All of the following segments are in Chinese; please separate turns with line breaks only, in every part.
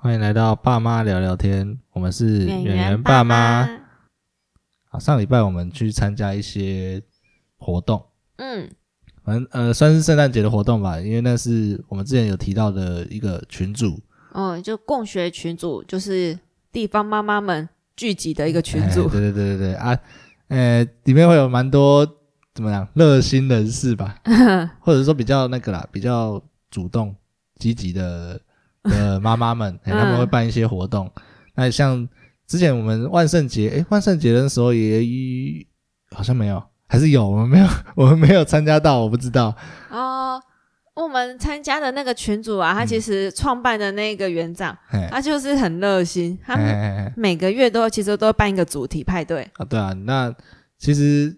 欢迎来到爸妈聊聊天，我们是
演
圆
员
圆
爸
爸妈。啊，上礼拜我们去参加一些活动，
嗯，
反正呃算是圣诞节的活动吧，因为那是我们之前有提到的一个群组
哦，就共学群组，就是地方妈妈们聚集的一个群组
哎。对对对对对啊，呃，里面会有蛮多怎么样热心人士吧， 或者说比较那个啦，比较主动积极的 的妈妈们，哎，他
嗯
们会办一些活动。那像之前我们万圣节，哎，万圣节的时候也好像没有，还是有，我们没有，我们没有参加到，我不知道。
哦，我们参加的那个群组
嗯
啊，他其实创办的那个园长，
嘿
他就是很热心，
哎
他
哎
们
哎哎
每个月都其实都办一个主题派对。
啊，对啊，那其实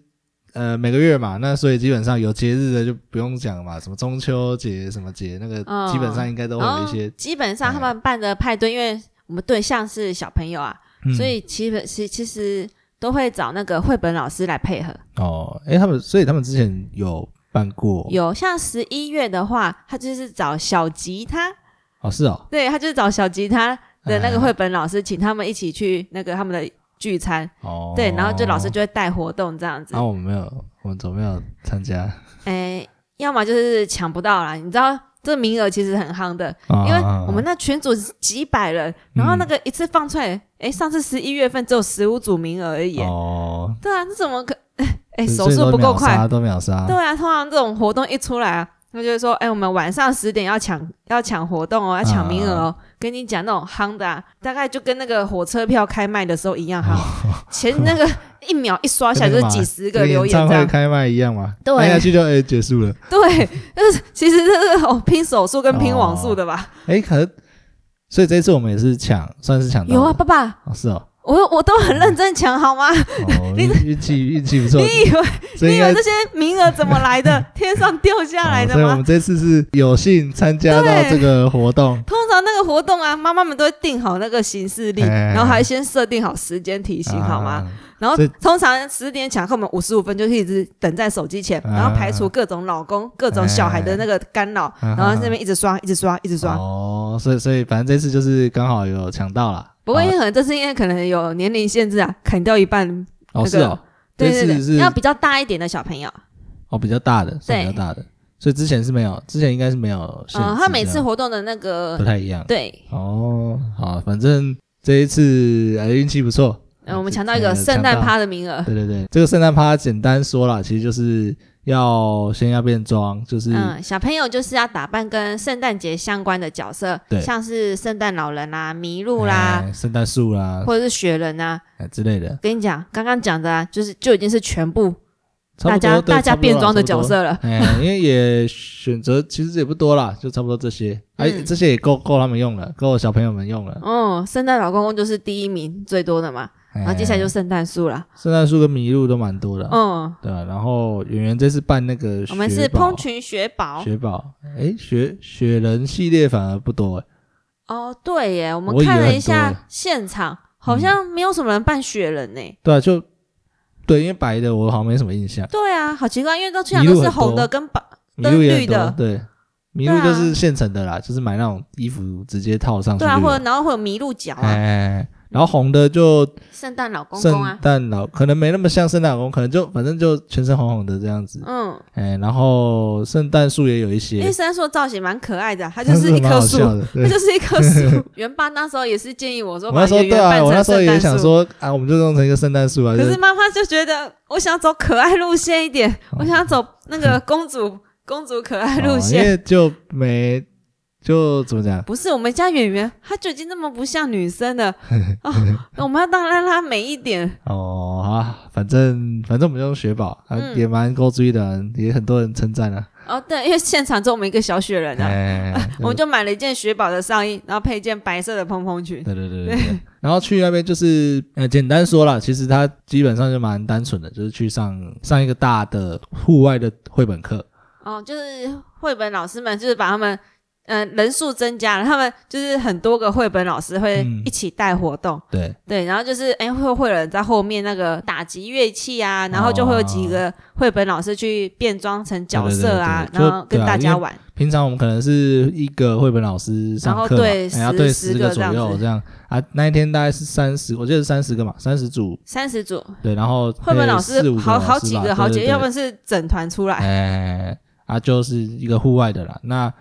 呃每个月嘛，那所以基本上有节日的就不用讲了嘛，什么中秋节什么节，那个
嗯
基本上应该都会有一些，
基本上
哎
他们办的派对，因为我们对象是小朋友啊，
嗯
所以其实其其实都会找那个绘本老师来配合。
哦，哎，他们所以他们之前有办过，
有像十一月的话，他就是找小吉他，
哦是哦，
对他就是找小吉他的那个
哎
绘本老师，请他们一起去那个他们的聚餐，
哦
对，然后就老师就会带活动这样子
然。后我们没有，我们怎么没有参加？
哎、要么就是抢不到啦，你知道这名额其实很夯的，
啊
因为我们那群组是几百人，
嗯
然后那个一次放出来，哎、上次十一月份只有十五组名额而已、
哦，
对啊，这怎么可？哎、
所
手
以
速
都
不够
秒杀
快，
都秒杀，
对啊，通常这种活动一出来啊，他就会说，哎、我们晚上十点要抢要抢活动哦，要抢名额哦。跟你讲那种夯的、啊，大概就跟那个火车票开卖的时候一样夯，前那个一秒一刷下来就是几十个
跟
留
演
言
唱
这
会
样。
开麦一样嘛，
对
按下去就哎结束了。
对， 就是其实这是哦拼手速跟拼网速的吧？
哎，可是所以这一次我们也是抢，算是抢到
有啊，
了
爸爸，
哦是哦，
我我都很认真抢好吗？
哦，运运气运气不错，
你以为
所以
你以
应该
为这些名额怎么来 的？天上掉下来
哦
的
所以我
吗
们？这次是有幸参加到这个活动，
通常那个活动啊，妈妈们都会定好那个行事历，
哎
然后还先设定好时间提醒，好吗？
啊？
然后
所以
通常十点抢课，我们五十五分就一直等在手机前，
啊
然后排除各种老公、各种小孩的那个干扰，
哎哎哎
然后在那边一直刷、一直刷、一直刷。
哦，所以所以反正这次就是刚好有抢到啦。
不过因
啊
为可能这是因为可能有年龄限制啊，砍掉一半。
哦
那个
是哦，
对
这
对
次是
对，要比较大一点的小朋友，
哦比较大的，算
对
比较大的，所以之前是没有，之前应该是没有限制啊
嗯，
的，
他每次
不
活动的那个
太一样。
对，
哦，好，反正这一次哎运气不错，
嗯，我们抢到
哎
一个圣诞趴的名额，
对对对，这个圣诞趴简单说啦，其实就是要先要变装，就是
嗯，小朋友就是要打扮跟圣诞节相关的角色
对，
像是圣诞老人啦、麋鹿啦，嗯
哎圣诞树啦
或者是雪人啊。
哎之类的，
跟你讲，刚刚讲的啊，就是就已经是全部
差
大
不
家
多对
大家
差不多啦
变装的
差
角
不多
色了。
哎，因为也选择其实也不多啦，就差不多这些。哎、
嗯
这些也够够他们用了，够小朋友们用了。
哦，圣诞老公公就是第一名最多的嘛，
然
然后接下来就是圣诞树啦。
哎圣诞树跟麋鹿都蛮多的。
嗯，
对啊，然后圆圆这次办那个
我们是
雪宝
烹群雪宝。
雪宝，哎，雪雪人系列反而不多哎。
哦，对耶，我们
我以为
看了
很
一
多嗯
下现场，好像没有什么人扮雪人呢。
对啊，就对，因为白的我好像没什么印象，
对啊，好奇怪，因为都全场都是红的跟白。
麋鹿也很
绿的
多。对，麋
对
鹿
啊
就是现成的啦，就是买那种衣服直接套上去
对
就有。
啊，或者然后会有麋鹿角
哎哎
啊，
哎哎然后红的就
圣诞老公
圣
公啊，
诞老可能没那么像圣诞老公，可能就反正就全身红红的这样子，
嗯，
哎，然后圣诞树也有一
因
些
为，圣诞树的造型蛮可爱的啊，它
它
就是一棵树，
的。
它
对，
就是 一棵树。元爸那时候也是建议我说，
我
把
那时候
圆
对
圆
啊，
扮
我那
成
时候
圣
也
诞
想
树。
说啊，我们就弄成一个圣诞树啊，就
可是妈妈就觉得，我想走可爱路线一点，我想走那个公主公主可爱
哦
路
因
线。
为就没就怎么讲，
不是我们家圆圆，她就已经那么不像女 生了哦，我们要当然让她美一点。
哦啊，反正反正我们就用雪宝，啊
嗯
也蛮够注意的啊，也很多人称赞啊，
哦，对，因为现场只有我们一个小雪人啊，
哎，
我们就买了一件雪宝的上衣，然后配一件白色的蓬蓬裙。
对对对对对。然后去那边就是，呃，简单说啦，其实它基本上就蛮单纯的，就是去上上一个大的户外的绘本课。
哦，就是绘本老师们就是把他们。嗯、人数增加了，他们就是很多个绘本老师会
嗯
一起带活动，
对，
对，然后就是哎会会有人在后面那个打击乐器啊，然后就会有几个绘本老师去变装成角色啊，
哦对对对对对
然后跟大家玩，
平常我们可能是一个绘本老师上课嘛，
然后对
哎要
10
对
10
十个
个
左
这样
右
子
这样啊。那一天大概是三十，我记得是三十个嘛，三十组
三十组
对，然后
绘本
哎
老师
四五个
好好
师
几
吧
个好
对
几
对
个，
对
要不然是整团出来，
哎，啊，就是一个户外的啦。那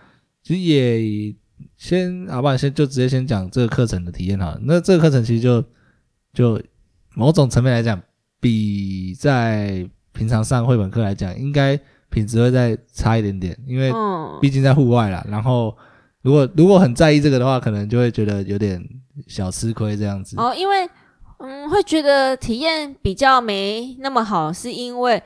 其实也先，好吧，先就直接先讲这个课程的体验好了。那这个课程其实就就某种层面来讲，比在平常上绘本课来讲，应该品质会再差一点点，因为
嗯，
毕竟在户外啦。然后如果如果很在意这个的话，可能就会觉得有点小吃亏这样子。
哦，因为嗯会觉得体验比较没那么好，是因为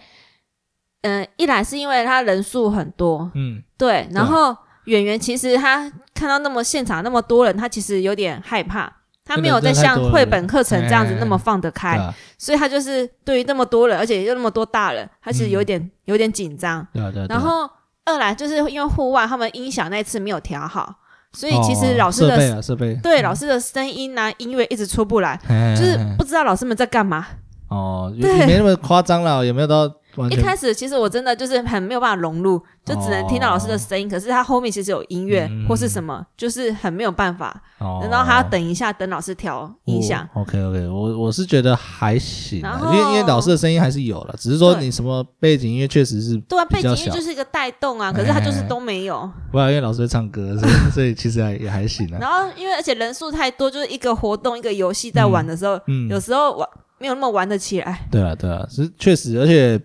嗯、呃一来是因为他人数很多，
嗯，对
对，
啊
然后演员其实他看到那么现场那么多人，他其实有点害怕，他没有在像绘本课程这样子那么放得
对
开，
啊，
所以他就是对于那么多人，而且又那么多大人，他其实有点、有点紧张。
对啊，嗯对啊。对啊
然后二来就是因为户外他们音响那次没有调好，所以其
哦
实老师
设
的、
备啊，设备
对老师的声音啊音乐一直出不来，
就
就是不知道老师们在干嘛。
哦，也
对
也没那么夸张啦，也没有到完
一
全
开始其实我真的就是很没有办法融入，就只能听到老师的声音。可是他后面其实有音乐
哦嗯
或是什么，就是很没有办法。
哦，
然后还要等一下，等老师调音响。
OK OK，我我是觉得还行啊，
然
因
后
为因为老师的声音还是有了，只是说
对
你什么背景音乐确实是
对啊，
比
背景
较
音乐
小哎
就是一个带动啊，可是他就是都没有。
不要，因为老师会唱歌，所以 所以其实还也还行 啊。
然后因为而且人数太多，就是一个活动一个游戏在玩的时候，
嗯，
有时候玩没有那么玩得起来。
对啊对啊，是确实，而且。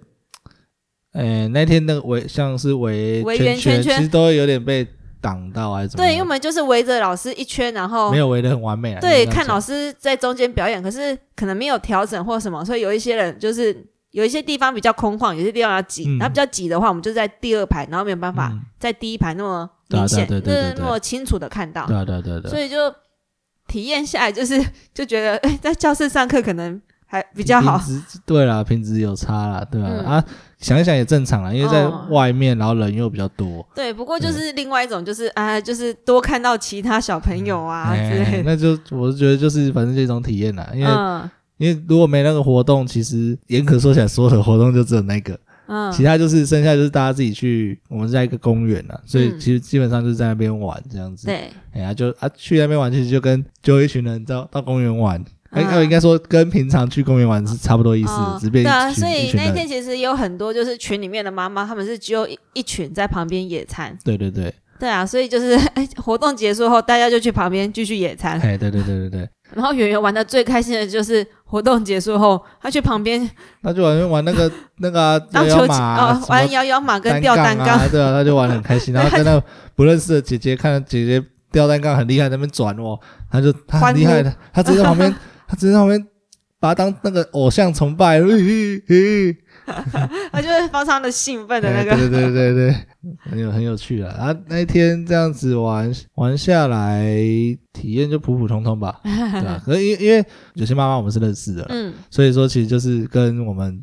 哎，那天那个围像是围
围
圈
圆圈圈
其实都有点被挡到还是怎么样？
对，因为我们就是围着老师一圈，然后
没有围的很完美啊。
对
应该这样
看老
讲
师在中间表演，可是可能没有调整或什么，所以有一些人就是。有一些地方比较空旷，有些地方要挤，
嗯
然后比较挤的话，我们就在第二排，然后没有办法
嗯
在第一排那么
对啊
明显、
对啊对啊对啊对啊
那么清楚的看到。
对啊对啊对啊对啊，
所以就体验下来，就是 就觉得、哎，在教室上课可能还比较好。
品质对啦，品质有差啦，对吧、啊
嗯哦
想一想也正常啦，因为在外面，然后人又比较多。
对，不过就是另外一种，就是啊、就是多看到其他小朋友啊之类 的。
那就我是觉得就是反正这种体验啦，嗯哎因为、
嗯
因为如果没那个活动，其实严格说起来，所有的活动就只有那个，
嗯，
其他就是剩下就是大家自己去，我们是在一个公园啦，所以
嗯
其实基本上就是在那边玩这样子。
对，
哎呀、就啊去那边玩，其实就跟就一群人到到公园玩，哎、
嗯
应该说跟平常去公园玩是差不多意思，
嗯
只变
对啊，
一群
所
一
以
群
那一
人。
天其实有很多就是群里面的妈妈，他们是只有一一群在旁边野餐。
对对 对，
对啊，所以就是、哎、活动结束后，大家就去旁边继续野餐。
哎，对对对对对，
然后圆圆玩的最开心的就是活动结束后，他去旁边
他就玩玩那 个那个啊
当
摇
球
摇
击
马
哦
啊，，什
玩
么
摇摇马跟吊
单
单
杠
杠
啊，，对啊，他就玩得很开 心。然后跟那不认识的姐姐看到姐姐吊单杠很厉害，在那边转哦，他就他很厉害的，他直接在旁 边，他直接在旁边把他当那个偶像崇拜。嘿嘿嘿
他就是非常的兴奋的那
哎
个
对，对对对对，很有很有趣啊！啊，那一天这样子玩玩下来，体验就普普通通 吧，对吧、可是因为因为有些妈妈我们是认识的啦，
嗯，
所以说其实就是跟我们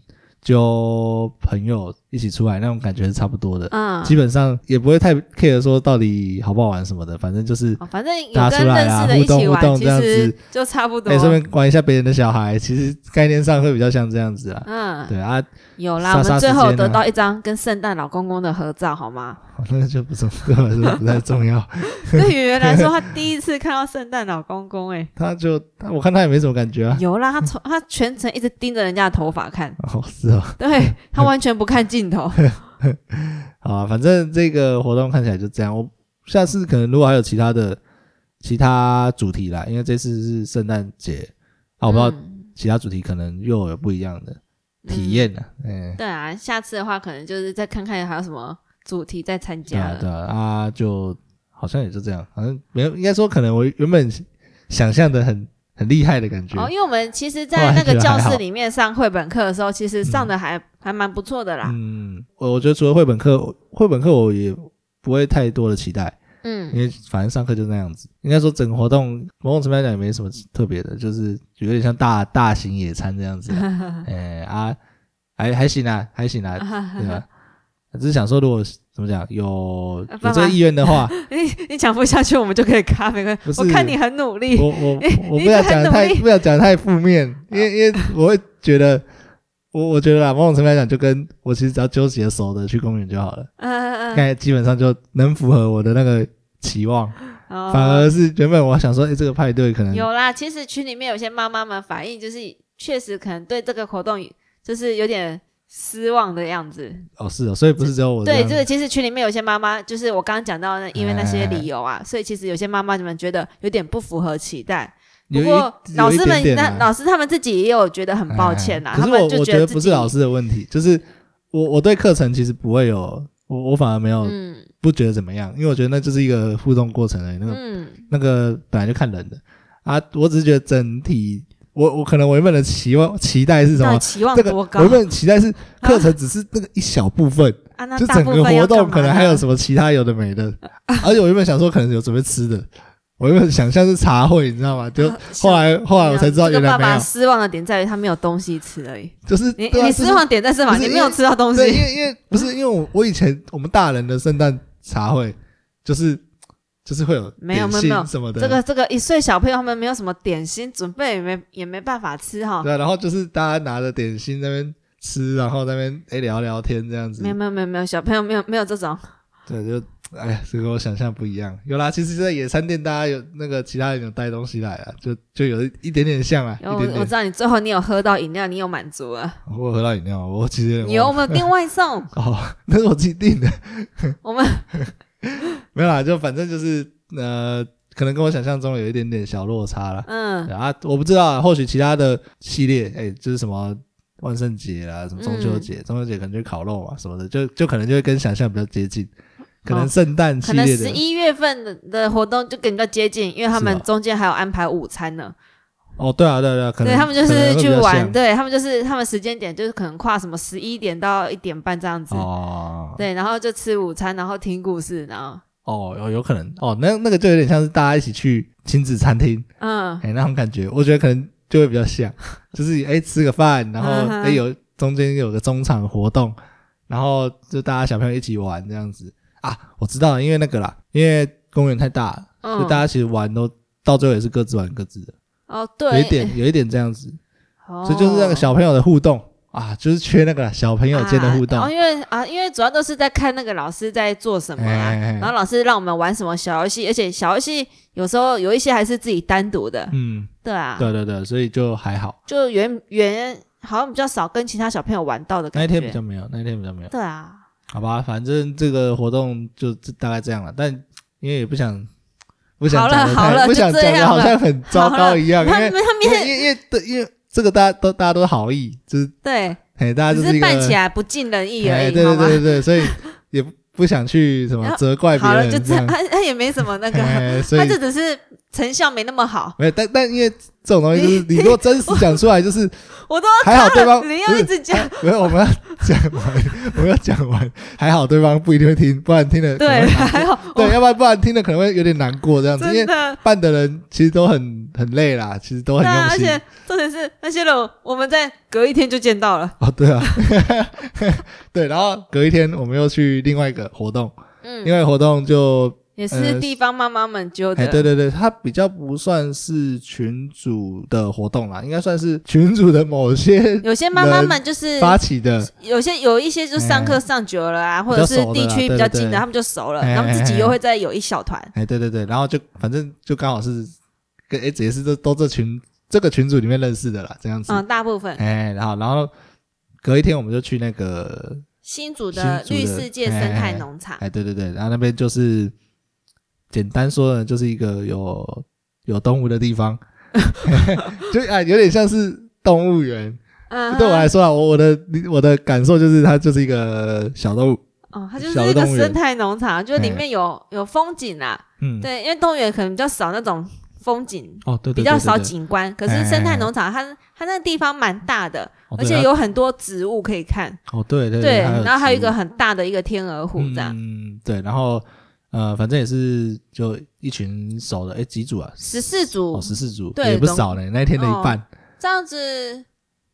就朋友一起出来那种感觉是差不多的，
嗯
基本上也不会太 care 说到底好不好玩什么的，反正就是。
哦反正有
大家出
跟
来
认
啊
识的一起
互动
玩，
互动
其
这样子
实就差不多
哎，。顺便玩一下别人的小孩，其实概念上会比较像这样子啦。
嗯，
对啊，
有啦，
杀
我
杀
们最
时
后
间啊
得到一张跟圣诞老公公的合照，好吗？
那个就不重，根本是不太重要。
对圆圆来说，她第一次看到圣诞老公公，哎，
他就他，我看他也没什么感觉 啊。
有啦，她从她全程一直盯着人家的头 发看，
哦，是哦，
对她完全不看 镜头。
好啊，反正这个活动看起来就这样。我下次可能如果还有其他的其他主题啦，因为这次是圣诞节，啊，我不知道
嗯
其他主题可能又有不一样的体。验呢、嗯，
嗯对啊，下次的话可能就是再看看还有什么主题再参
对
加
啊，对
了。
啊，啊，就好像也就这样，好像没有，应该说可能我原本想象的很很厉害的感觉，
哦，因为我们其实，
后
在
来
那个
觉得还
教
好
室里面上绘本课的时候，其实上的还、还蛮不错的啦。
嗯，我我觉得除了绘本课，绘本课我也不会太多的期待，
嗯
因为反正上课就那样子，应该说整个活动某种程度来讲也没什么特别的，就是有点像大大型野餐这样子啊、
嗯
嗯哎、啊，还还行啊，还行啊，对吧？只是想说，如果怎么讲？有
啊
有
爸
这个
爸
意愿的话，
你你讲不下去，我们就可以卡，没关
不
系。
是
我看你很努力
我，我我
你
不想
很
讲得
努
太
力
不想讲得太负面，因为因为我会觉得，我我觉得啦，某种程度来讲，就跟我其实只要纠结熟的去公园就好了，
嗯嗯
那、基本上就能符合我的那个期望。
嗯，哦
反而是原本我想说，哎、这个派对可能
有啦。其实群里面有些妈妈们反映，就是确实可能对这个活动就是有点失望的样子。
哦是哦，所以不是只有我这
对，
样哎
就是其实群里面有些妈妈，就是我刚刚讲到的那，因为那些理由啊，所以其实有些妈妈们觉得有点不符合期待。
有
不
一
过老师
有一点
们
点
那
啊
老师他们自己也有觉得很抱歉啦，
哎
他
可是
们
我
就
我
觉
得
自己
不是老师的问题，就是我我对课程其实不会有，我我反而没有、
嗯
不觉得怎么样，因为我觉得那就是一个互动过程而已，那个
嗯
那个本来就看人的啊，我只是觉得整体，我我可能我原本的期望期待是什
到底
么？
期望
这个
多
我
高
原本期待是课程只是那个一小部分，
啊？那
就
大
整
部
个
分
活
要干
动
嘛
可能还有
呢
什么其他有的没 的，而且我原本想说可能有准备吃的，我原本想象是茶会，你知
啊
道吗？就后来后来我才知道
这
原
个
来
爸
没
爸
有，
失望的点在于他没有东西吃而已。
就是
你
对啊
你
就是
失望点在这嘛？
不是
你没有吃到东
对，因
西，
为因为不是因为我我以前我们大人的圣诞茶会就是就是会有
没有
点
没有
心
没有
什么的，
这个这个一岁小朋友他们没有什么点心准备，也没也没办法吃哈。
对啊，然后就是大家拿着点心在那边吃，然后在那边哎聊聊天这样子
没有，没有没有没有，小朋友没有没有这种，
对，就哎呀，这跟我想象不一样。有啦，其实，在野餐店大家有那个其他人有带东西来啊，就就有一一点点像啊，
因为
一点
我我
点
知。道你最后你有喝到饮料，你有满足了，
我有喝到饮料，我其实有
你
点
有
忘
没有订外送？
哦，那是我自己订的，
我们
没有啦，就反正就是呃，可能跟我想象中有一点点小落差啦。
嗯
对啊，我不知道啊，或许其他的系列，哎、就是什么万圣节啊，什
嗯
么中秋节，中秋节可能就烤肉嘛什么的，就就可能就会跟想象比较接近，可能圣诞系
哦可能
列
十
的
一月份的的活动就更加接近，因为他
是
们
啊
中间还有安排午餐呢。
哦，对啊，对啊，对啊，可能
对他们就
可能
是
会比
去
较
玩，
像
对他们就是他们时间点就是可能跨什么十一点到一点半这样子，
哦
对，然后就吃午餐，然后听故事，然后
哦有有可能哦，那那个就有点像是大家一起去亲子餐厅，
嗯
哎、那种感觉，我觉得可能就会比较 像，就是哎、吃个饭，然后
嗯
哎、
哼
有中间有个中场活动，然后就大家小朋友一起玩这样子啊，我知道了，因为那个啦，因为公园太大了，就
嗯
大，家其实玩都到最后也是各自玩各自的，
哦
有
对，
一点有一点这样子，
哦，
所以就是那个小朋友的互动啊，就是缺那个啦小朋友间的互动，
啊哦因为啊，因为主要都是在看那个老师在做什么啊，
哎哎哎
然后老师让我们玩什么小游戏，而且小游戏有时候有一些还是自己单独的，
嗯，
对啊，
对对对，所以就还好，
就原原好像比较少跟其他小朋友玩到的
那一
感觉，
天比较没有，那一天比较没有。
对啊，
好吧，反正这个活动就大概这样了，但因为也不想不想
好了
讲得太
好了
不想
就这
讲的
样
好
了
像很糟
好
糕
了
一啊样，因
他
为
们他们
因
也
为因为对因为这个大家都大家都好意，就是
对，
哎大家
只
就是一个
办起来不尽人意而
哎
已，
对
好
对
吗？
对对对，所以也不不想去什么
然后
责怪别
好了，
人，
就这
样
样，他他也没什么那个，
哎所
他
以
这只是成效没那么好。
没有，但但因为这种东西就是你如果真实讲出来，就是
我都
还好对方
你
不
要
是
一直讲，
没有我们要讲完，我们要讲完，还好对方不一定会听，不然听了可能
对，
会难
还好，
对，要不然不然听了可能会有点难过这样子，因为
真的。
办的人其实都很很累啦，其实都很
对啊，
用
而
心。
且重点是那些人，我们在隔一天就见到了。
哦，对啊， 对，然后隔一天我们又去另外一个活动，另
嗯，
外一个活动就，
也
呃
是地方妈妈们揪
哎，
的。
对对对，它比较不算是群主的活动啦，应该算是群主的某些
有些妈妈们就是
发起的，
有些有一些就上课上久了啊，或者是地区比较
比较熟
近
的啦
的，他们就熟了，
对对对
然后自己又会再有一小团。啊
哎，对对对，然后就反正就刚好是跟哎也是都都这群这个群组里面认识的啦，这样子，
嗯，大部分
哎，然后然后隔一天我们就去那个
新竹的
新竹的
绿世界生态农场，
哎，对对对，然后那边就是简单说呢，就是一个有有动物的地 方，就啊、有点像是动物园。
嗯，
对我来说啊，我我的我的感受就是它就是一个小动物，
哦，它就是
小
一
动
个
物园
生态农场，就是里
哎
面有有风景啊，
嗯，
对，因为动物园可能比较少那种风景，
哦对对对
比较
对
少
对
景观。可
哎哎
是
哎
生态农场它，它那个地方蛮大的，
哦
而
对
且
它
有很多植物可以看。
哦对对
对，然后还有一个
植
很大的一个天鹅湖
物
这样。
嗯对，然后呃，反正也是就一群熟的，哎几组啊？
十四组
哦，十四组，
对
也不
总
少呢，那一天的一
哦
半，
这样子，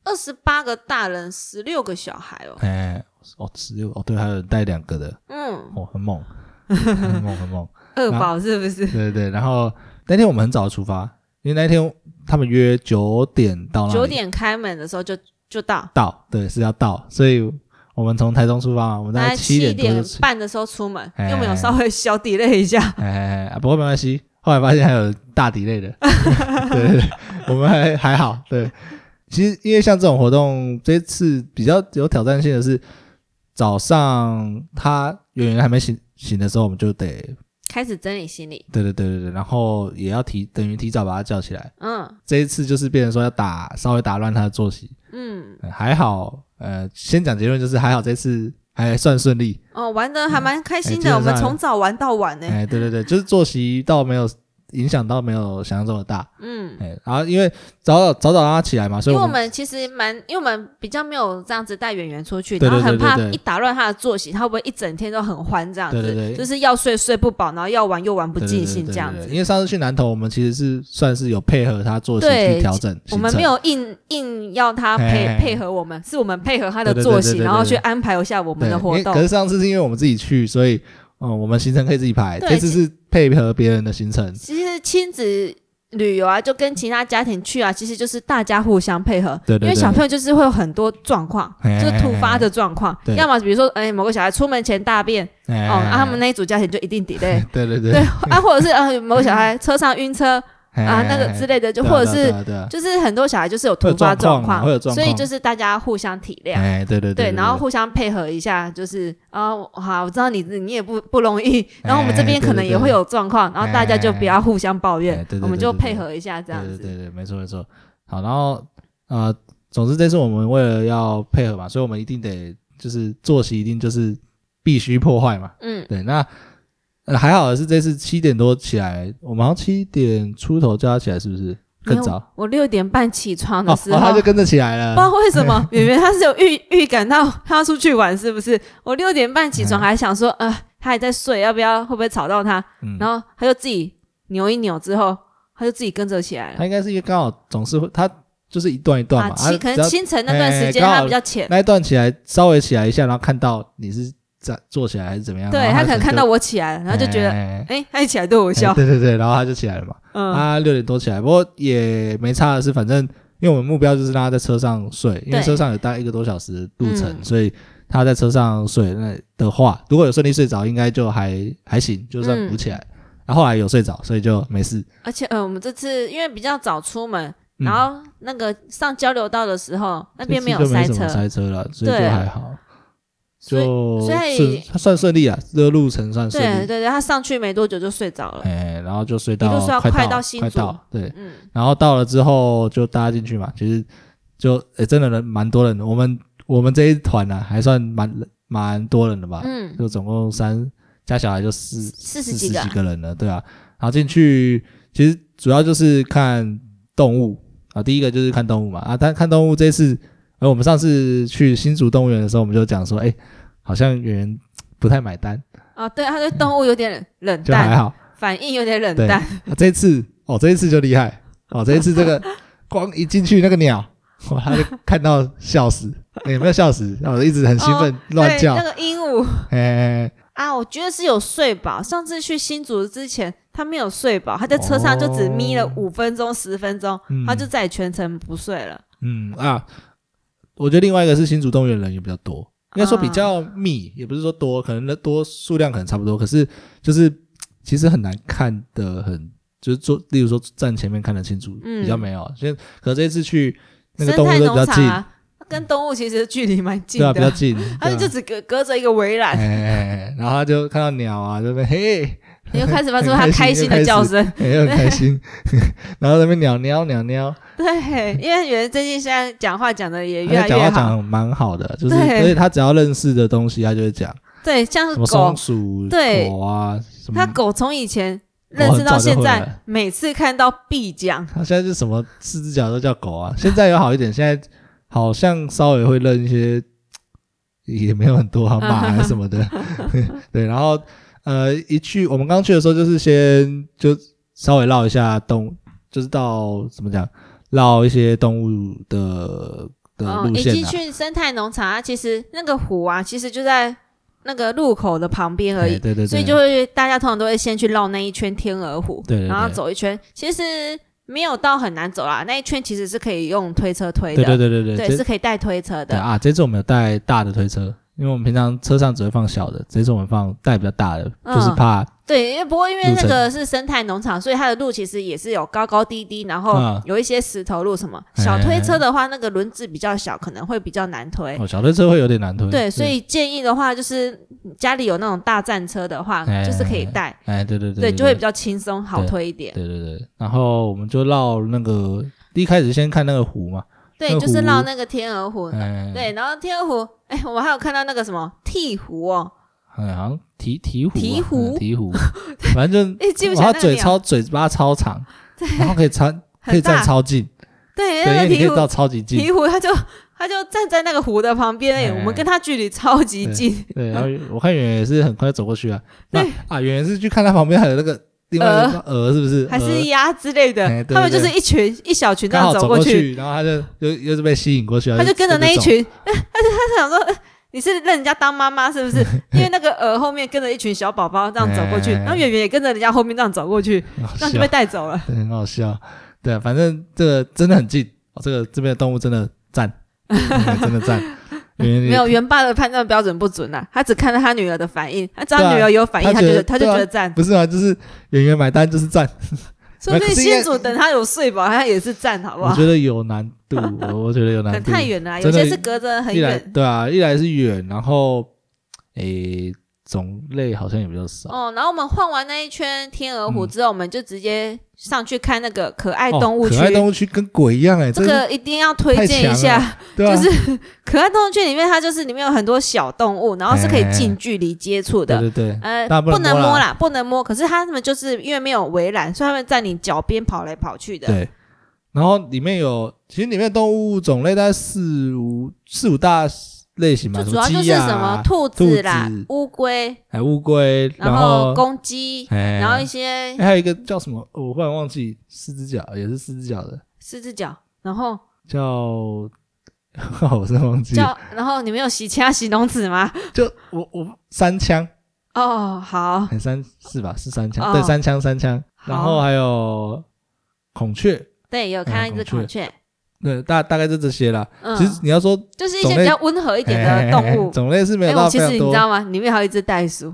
二十八个大人，十六个小孩哦。
哎、哦，只有哦，对，还有人带两个的，
嗯，
哦，很 猛，很猛，很猛。
二宝是不是？
对对对，然后那天我们很早出发，因为那天他们约九点到那里
九点开门的时候就就到，
到，对，是要到，所以我们从台中出发嘛，我们大
大
概
概
七
七
点多就
点
出，
半的时候出门，
哎
又没有稍微小 delay 一下，
哎哎，哎不过没关系，后来发现还有大底类的， 对对对，我们还还好，对。其实因为像这种活动，这次比较有挑战性的是，早上他圆圆还没醒醒的时候，我们就得，
开始整理行李。
对对对对对，然后也要提等于提早把他叫起来。
嗯
这一次就是变成说要打稍微打乱他的作息，
嗯，
呃还好，呃，先讲结论就是还好这次还算顺利，
哦，玩的还蛮开心的，
哎基本
我
上
们从早玩到晚呢、
哎、对对对，就是作息倒没有影响到没有想象中的大，
嗯，
哎、然后因为早早早早让他起来嘛，所以
因为
我
我
们
们其实蛮，因为我们比较没有这样子带圆圆出去，
对
然后
对
很
对
怕
对对
一打乱他的作息，他会不会一整天都很欢这样子？
对对对
就是要睡睡不饱，然后要玩又玩不
对对
尽
对
兴
对
这样
对对
子。
因为上次去南投，我们其实是算是有配合他作息
对
去调整行程，
我们没有硬硬要他配
哎哎哎
配合我们，是我们配合他的
对对对
作
对
息，
对对
然后去
对
安排一下我
对
们的
因
活
为
动
可。是上次是因为我们自己去，所以嗯，我们行程可以自己排，
对
这次是配合别人的行程，
其实亲子旅游啊，就跟其他家庭去啊，其实就是大家互相配合。
对对对
因为小朋友就是会有很多状况，
嘿
就是突发的状况。
对
要么比如说，哎、某个小孩出门前大便，
哎、
哦，啊，他们那一组家庭就一定 delay。
对对对
对，啊，或者是啊，某个小孩车上晕车
哎
啊，那个之类的，就
对啊
或者
对啊
是
对啊对啊
就是很多小孩就是有突
会
发
有状况啊会有状
所
况
以就是大家互相体谅。
哎、对对对
对，然后互相配合一下，就是啊，我好，我知道你你也不不容易，然后我们这边
哎对
可能
对
也
对
会有状况，然后大家就不要互相抱
哎
怨
对对，对
我们就
对对
配合一下这样
对对
子。
对对，没错没错。好，然后呃，总之这次我们为了要配合嘛，所以我们一定得就是作息一定就是必须破坏嘛。
嗯，
对，那、呃还好的是这次七点多起来，我们好像七点出头叫他起来，是不是
没
更
有
早？
我六点半起床
哦
的
哦，
时候，
他就跟着起来
不
了
知。道为什么，
嗯
圆圆他是有预预感到他要出去玩，是不是？我六点半起床还想说，呃，他还在睡，要不要会不会吵到他？
嗯，
然后他就自己扭一扭之后，他就自己跟着起来了。
他应该是因为刚好总是会，他就是一段一段
啊，
嘛，
清可
只
能
要
清晨那段时
哎
间
刚好
他比较浅，
那一段起来稍微起来一下，然后看到你是在坐起来还是怎么样，
对
然后
他
他
可能看到我起来了，然后就觉得，
得
哎，他一起来对我笑
对，啊对对，然后他就起来了嘛。
嗯，
他六点多起来，不过也没差的是，反正因为我们目标就是让他在车上睡，因为
对
车上有大概一个多小时的路程，
嗯
所以他在车上睡那的话，如果有顺利睡着，应该就还还
嗯
行，就算补起来。然后后来有睡着，所以就没事。
而且呃，我们这次因为比较早出门，
嗯
然后那个上交流道的时候，那
那
边没有塞
塞
车，
塞车了，所以就
对
还好，
所以
就
所以
顺他算顺利啊，这个路程算顺
对对
利。
对，他上去没多久就睡着了，
哎，然后就睡
一
到
路睡到
快
快
到
到新
快
竹
到，对，
嗯，
然后到了之后就大家进去嘛，其实就诶、真的人蛮多人的，我们我们这一团呢、啊、还算蛮蛮多人的吧，
嗯，
就总共三加小孩就四
四十
四
几
十
个
几，个人了，对啊。然后进去其实主要就是看动物啊，第一个就是看动物嘛啊，但看动物这次，呃，我们上次去新竹动物园的时候，我们就讲说，哎、好像有人不太买单，
啊，对，他对动物有点冷
就还
淡，
好。
反应有点冷
对
淡，
啊，这一次哦，这一次就厉害哦，这一次这 个光一进去那个鸟，哇，他就看到笑死，也没有笑死，然后我一直很兴奋、 乱
哦对
叫
那，个鹦鹉
哎、
啊，我觉得是有睡饱。上次去新竹之前，他没有睡饱，他在车上就只眯了
哦
五分钟、十分钟，
嗯
他就再也全程不睡了。
嗯啊，我觉得另外一个是新竹动物园人也比较多，应该说比
啊
较密，也不是说多，可能多数量可能差不多，可是就是其实很难看的很，就是坐，例如说站前面看得清楚，
嗯
比较没有，现在可能这一次去那个
生
动
态
物都
农
比较近
场，啊，跟动物其实距离蛮近
对啊，比较
的，
近，
他们
对
就
啊
只隔隔着一个围 栏，
哎，然后他就看到鸟啊，就边嘿，
你就开始发出他
很
开
开心
心的叫声。
也很开心。 然后在那边鸟鸟鸟鸟，
对，因为原来最近现在讲话讲的也
他
越来
哎讲话
越好。
讲得蛮好的，就是
对
而且他只要认识的东西，他就会讲
对，像
什
是
么
狗
松，鼠、
对
狗啊什
他
么。
狗从以前认识到现
哦很早就会
在
了，
每次看到必讲。
他现在是什么四只脚都叫狗啊？现在有好一点，现在好像稍微会认一些，也没有很多啊，马啊什么 的。对，然后呃，一去我们刚去的时候，就是先就稍微绕一下动物，就是到怎么讲，绕一些动物的的
哦，
路
一
线
进
啊。
去生态农场啊，其实那个湖啊，其实就在那个路口的旁边而
哎
已，
对对对，
所以就会大家通常都会先去绕那一圈天鹅湖，
对对对
然后走一圈，其实没有到很难走啦，那一圈其实是可以用推车推的，
对对对对对，这
是可以带推车
对
的，
啊，这次我们有带大的推车，因为我们平常车上只会放小的，这次我们放带比较大的，
嗯
就是怕
对，因为不过因为
路
那
程
个是生态农场，所以它的路其实也是有高高低低，然后
嗯
有一些石头路什么，
哎
小推车的话，那个轮子比较小，可能会比较难推。
哦小推车会有点难推。
对，所以建议的话，就是家里有那种大战车的话，
哎
就是可以带，
哎，对对对
对，
对，
就会比较轻松好推一点。
对对对，然后我们就绕那个一开始先看那个湖嘛，
对，
那
就是
湖
绕那个天鹅湖，
哎，
对，然后天鹅湖，哎，我们还有看到那个什么鹈鹕哦，
哎，好像鹈鹈湖啊，
鹈鹕
嗯鹈 湖，反正
哎，记不起
它
来那个
嘴
鸟，
超嘴巴超长，然后可以站可以
很
站
大，
超近，
对，
对，因
那个
为你可以
鹈鹕
到超级近，
鹈鹕，它就它就站在那个湖的旁边，哎，我们
哎
跟它距离超级
对
近，
对， 然后我看圆圆也是很快走过去啊。那啊，圆圆是去看他旁边还有那个另外一个鹅，是不是？
还是
鹅
鸭之类的
呃哎，对
他们
对
就是一群一小群这
刚
样
好
走
走
过
过
去，
去，然后他就又又是被吸引过去，
他就跟着那一
走。
群，但是 他想说。呃你是认人家当妈 妈是不是？因为那个鹅后面跟着一群小宝宝这样走过去，
哎啊
然后圆圆也跟着人家后面这样走过去，
很好
这样就被
笑，
带走了。
对，很好笑。对，啊反正这个真的很近，哦这个这边的动物真的赞，嗯真的赞。 圆圆
没有，袁爸的判断标准不准啦，他只看到他女儿的反应，他只要
对啊
女儿有反应，
他
他
觉
觉
得
得他就
对啊
觉得赞。
不是啊，就是圆圆买单就是赞。
说不
可
定
是应该
新主等他有睡饱，他也是赞，好不
我
好？
觉得有难度，我我觉得有
可
难
能
度，
太远了啊，有
真的
些是隔着很
一来
远
对啊，一来是远，然后诶种类好像也比较少。
哦。然后我们晃完那一圈天鹅湖
嗯
之后，我们就直接上去看那个可爱
哦
动物区
可。爱动物区跟鬼一样哎、欸，
这
真的
个一定要推荐一
太强
下，
对啊，
就是可爱动物区里面，它就是里面有很多小动物，然后是可以近距离接触
对
的。
对对，
呃
大，家不能
不能
摸啦
摸啦，不能摸。可是它们就是因为没有围栏，所以它们在你脚边跑来跑去的。
对。然后里面有，其实里面动物种类大概四五四五大类型嘛，
就主要就是
鸡啊
什么兔
兔
子啦
子、
乌龟，
哎乌龟，
然
后
后公鸡，
哎，
然后一些
哎还有一个叫什么，我忽然忘记，四只脚也是四只脚的，
四只脚，然后
叫 哦我真的忘记了，
叫，然后你们有其他形容词吗？
就我我三枪，
哦，好，
哎三是吧？是三枪，
哦
对，三枪三枪，然后还有孔雀，
对，
哎
有看到一只孔雀，
对，大大概就这些啦。
嗯
其，实你要说
就是一些比较温和一点
哎
的动物。
种类是没有
哎，
到非
我其
常
实你
多
知。道吗？里面还有一只袋鼠，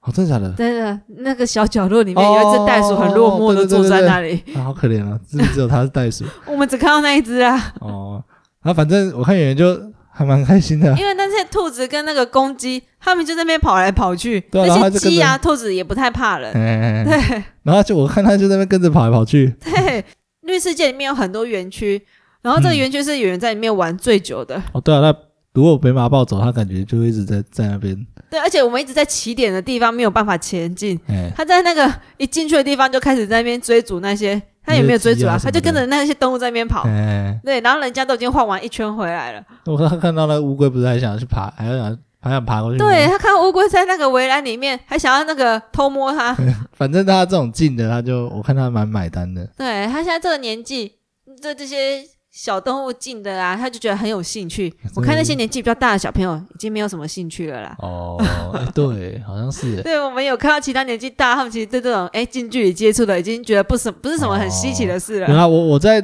哦，真的假的？
真的，那个小角落里面有一只袋鼠，很落寞
哦
的
对对对
坐在 那里。
啊，好可怜啊，只只有它是袋鼠
我们只看到那一只啊，
哦。然后反正我看演员就还蛮开心的啊，
因为那些兔子跟那个公鸡，它们就在那边跑来跑去。
对啊然后
那
它
些
就跟
鸡啊、兔子也不太 怕人。
哎，
对
然后就我看他就在那边跟着跑来跑去，
对，绿世界里面有很多园区，然后
嗯
这个园区是有人在里面玩最久的。
哦，对啊，那如果被马抱走，他感觉就一直在在那边，
对，而且我们一直在起点的地方没有办法前进，
哎，
他在那个一进去的地方就开始在那边追逐那些，他也没有追逐啊，他就跟着那些动物在那边跑。
哎，
对，然后人家都已经晃完一圈回来了。
我看看到那个乌龟，不是还想要去爬，还要想还想爬过去，
对，他看到乌龟在那个围栏里面，还想要那个偷摸 它。
反正他这种近的，他就我看他蛮买单的，
对他现在这个年纪，对这些小动物近的啊，他就觉得很有兴趣。我看那些年纪比较大的小朋友已经没有什么兴趣了啦。
哦，哎 对，好像是欸耶，
对，我们有看到其他年纪大，他们其实对这种哎近距离接触的，已经觉得不什不是什么很稀奇的事了。
然后我我在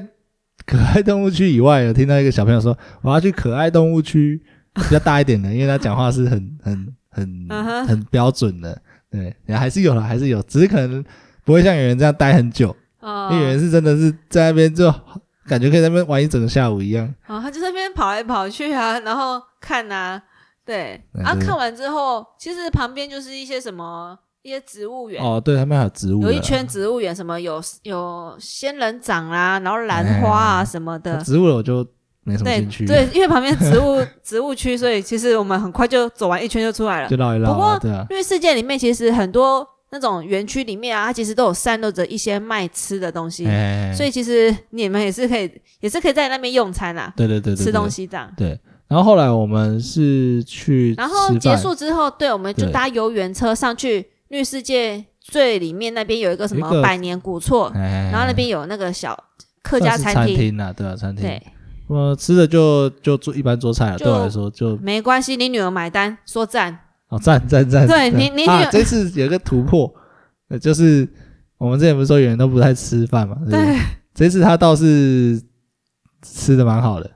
可爱动物区以外，有听到一个小朋友说，我要去可爱动物区比较大一点的，因为他讲话是 很很
嗯
很
哼
很标准的，对，还是有了，还是有，只是可能不会像有人这样待很久，
哦
因为有人是真的是在那边就感觉可以在那边玩一整个下午一样。
哦，他就在那边跑来跑去啊，然后看啊，对，
嗯
然后、
对
看完之后，其实旁边就是一些什么一些植物园，
哦，对，他们还有植物的
有
啦，
一圈植物园，什么有有仙人掌啦、然后兰花啊什么的。
植物的我就没什么
对
兴趣，
对，因为旁边植物 植物区，所以其实我们很快就走完一圈就出来了
就。绕一绕
不
啊，
过
对啊，
因为世界里面其实很多那种园区里面啊，它其实都有散落着一些卖吃的东西，
哎，
所以其实你们也是可以，也是可以在那边用餐啦、
对对对对
吃东
对
西这样。
对，然后后来我们是去吃
然
饭，
后结束之后，对，我们就
对
搭游园车上去绿世界最里面那边有一个什
有一个
么百年古厝，
哎，哎，
然后那
哎
边有那个小客
算
家
是
餐
餐
厅，
厅啊，对啊，餐厅。
对，
呃，吃的就就做一般做菜了，
就
对我来说就
没关系，你女儿买单，说赞。
哦赞赞赞。
对你你
啊
有，
这次有一个突破，呃，就是我们之前不是说有人都不太吃饭嘛，对不对
对，
这次他倒是吃的蛮好的，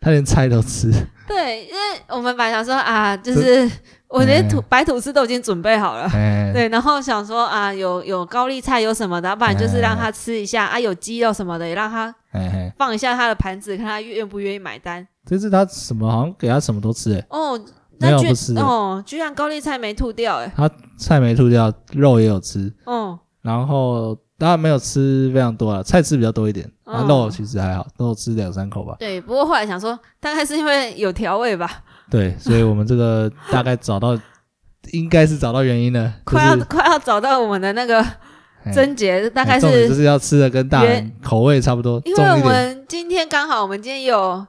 他连菜都 吃。
对，因为我们本来想说啊，就是我连吐白吐司都已经准备好了。
哎，
对，然后想说啊，有有高丽菜有什么的，要不然就是让他吃一下啊，有鸡肉什么的，也让他
哎哎，
放一下他的盘子，看他愿不愿意买单。
这次他什么好像给他什么都吃，哎，
哦，
没
那
有
居
不吃的
哦，居然高丽菜没吐掉，哎，
菜没吐掉，肉也有吃，
哦，
然后当然没有吃非常多啊，菜吃比较多一点，
嗯
啊，肉其实还好，肉吃两三口吧。
对，不过后来想说，大概是因为有调味吧，
对，所以我们这个大概找到， 应该是找到原因了，就
快要
是
快要找到我们的那个
哎
症结，大概
哎重点就是是要吃的跟大人
原
口味差不多，重
因为我
一点。
们今天刚好，我们今天有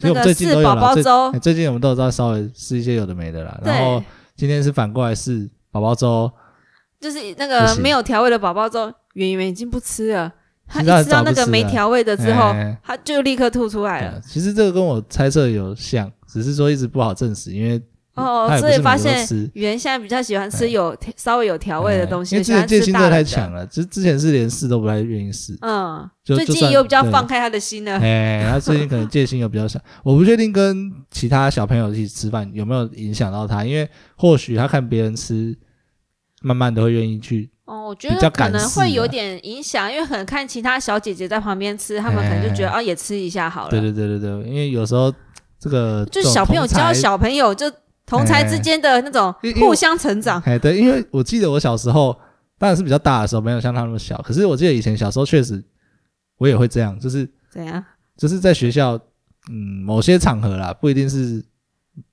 所以
那
我们
个
最近都
是
有
宝
了，
宝
最
粥
哎，最近我们都有在稍微吃一些有的没的啦。然后
对，
今天是反过来是宝宝粥，
就是那
不
个
行
没有调味的宝宝粥，圆圆已经不吃了，他
其
一
实他
吃到
早就
那个
吃
没
了
调味的之后，哎
哎
他就立刻吐出来
对
了
啊。其实这个跟我猜测有像，只是说一直不好证实，因为
哦
他也不
所以
是每
发
个都
现
吃哎
圆现在比较喜欢吃有稍微有调味的东西，
因为之
喜欢
前戒
吃
心真
大
的
人
太
的。
强了，之之前是连试都不太愿意试。
嗯，
就
最
就
近
算
又比较
对
放开他的心 了。
哎，他最近可能戒心又比较小，我不确定跟其他小朋友一起吃饭有没有影响到他，因为或许他看别人吃，慢慢的会愿意去。
哦，我觉
比较
得可
敢
能
试
会有
了
点影响，因为可能看其他小姐姐在旁边吃，她们可能就觉得
哎
哦也吃一下好了。
对对对对对，因为有时候这个
就
这种
小朋友
同才
教小朋友，就同才之间的那种
因因为
互相成长。
哎，对，因为我记得我小时候，当然是比较大的时候，没有像他那么小。可是我记得以前小时候确实，我也会这样，就是
怎样？
就是在学校，嗯，某些场合啦，不一定是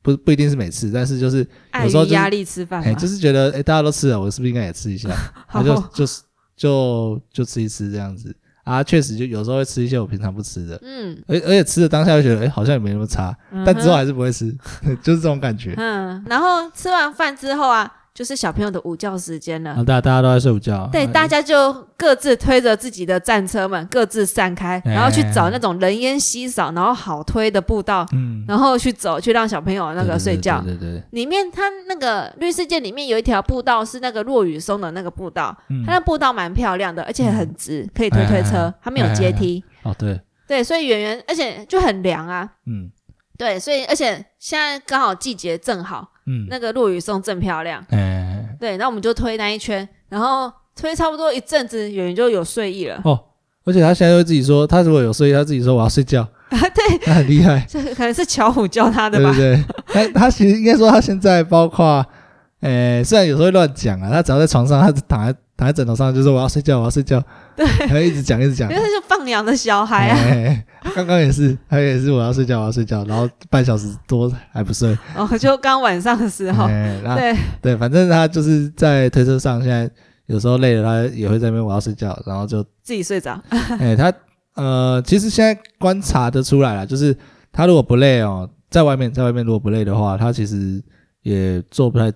不不一定是每次，但是就是
碍
有时候
于
就是
压力吃饭
哎，
嘛
就。是觉得哎大家都吃了，我是不是应该也吃一下？
好
然后就就是就就吃一吃这样子啊，确实就有时候会吃一些我平常不吃的，
嗯，
而而且吃的当下会觉得哎好像也没那么差，
嗯
但之后
哼
还是不会吃， 就是这种感觉。
嗯，然后吃完饭之后啊，就是小朋友的午觉时间了
然。后啊大家大家都在睡午觉，
对，
哎
大家就各自推着自己的战车们各自散开，
哎
然后去找那种人烟稀少然后好推的步道，
嗯，
然后去走，去让小朋友那
对
个
对
睡
对
觉。
对对对，
里面它那个绿世界里面有一条步道是那个落雨松的那个步道，
嗯
它那步道蛮漂亮的，而且很直，可以推推车，
哎哎哎
它没有阶梯。
哦对，
对，所以圆圆，而且就很凉啊。
嗯
对，所以而且现在刚好季节正好，
嗯，
那个落雨松正漂亮。
哎，
对，那我们就推那一圈，然后推差不多一阵子，圆圆就有睡意了。
哦，而且他现在会自己说，他如果有睡，他自己说我要睡觉，
啊，对，，
他很厉害
这可能是巧虎教他的
对
吧
不？对？他他其实应该说他现在包括，呃，虽然有时候会乱讲啊，他只要在床上，他躺在躺在枕头上就说我要睡觉，我要睡觉，对，他一直讲一直讲
因为。他是放羊的小孩啊，
哎，刚刚也是，他也是我要睡觉，我要睡觉，然后半小时多还不睡，
然后哦就刚晚上的时候，
哎，然后
对，
对，反正他就是在推车上，现在有时候累了，他也会在那边我要睡觉，然后就
自己睡着，
哎、他呃，其实现在观察得出来了，就是他如果不累哦，在外面在外面如果不累的话，他其实也坐不太，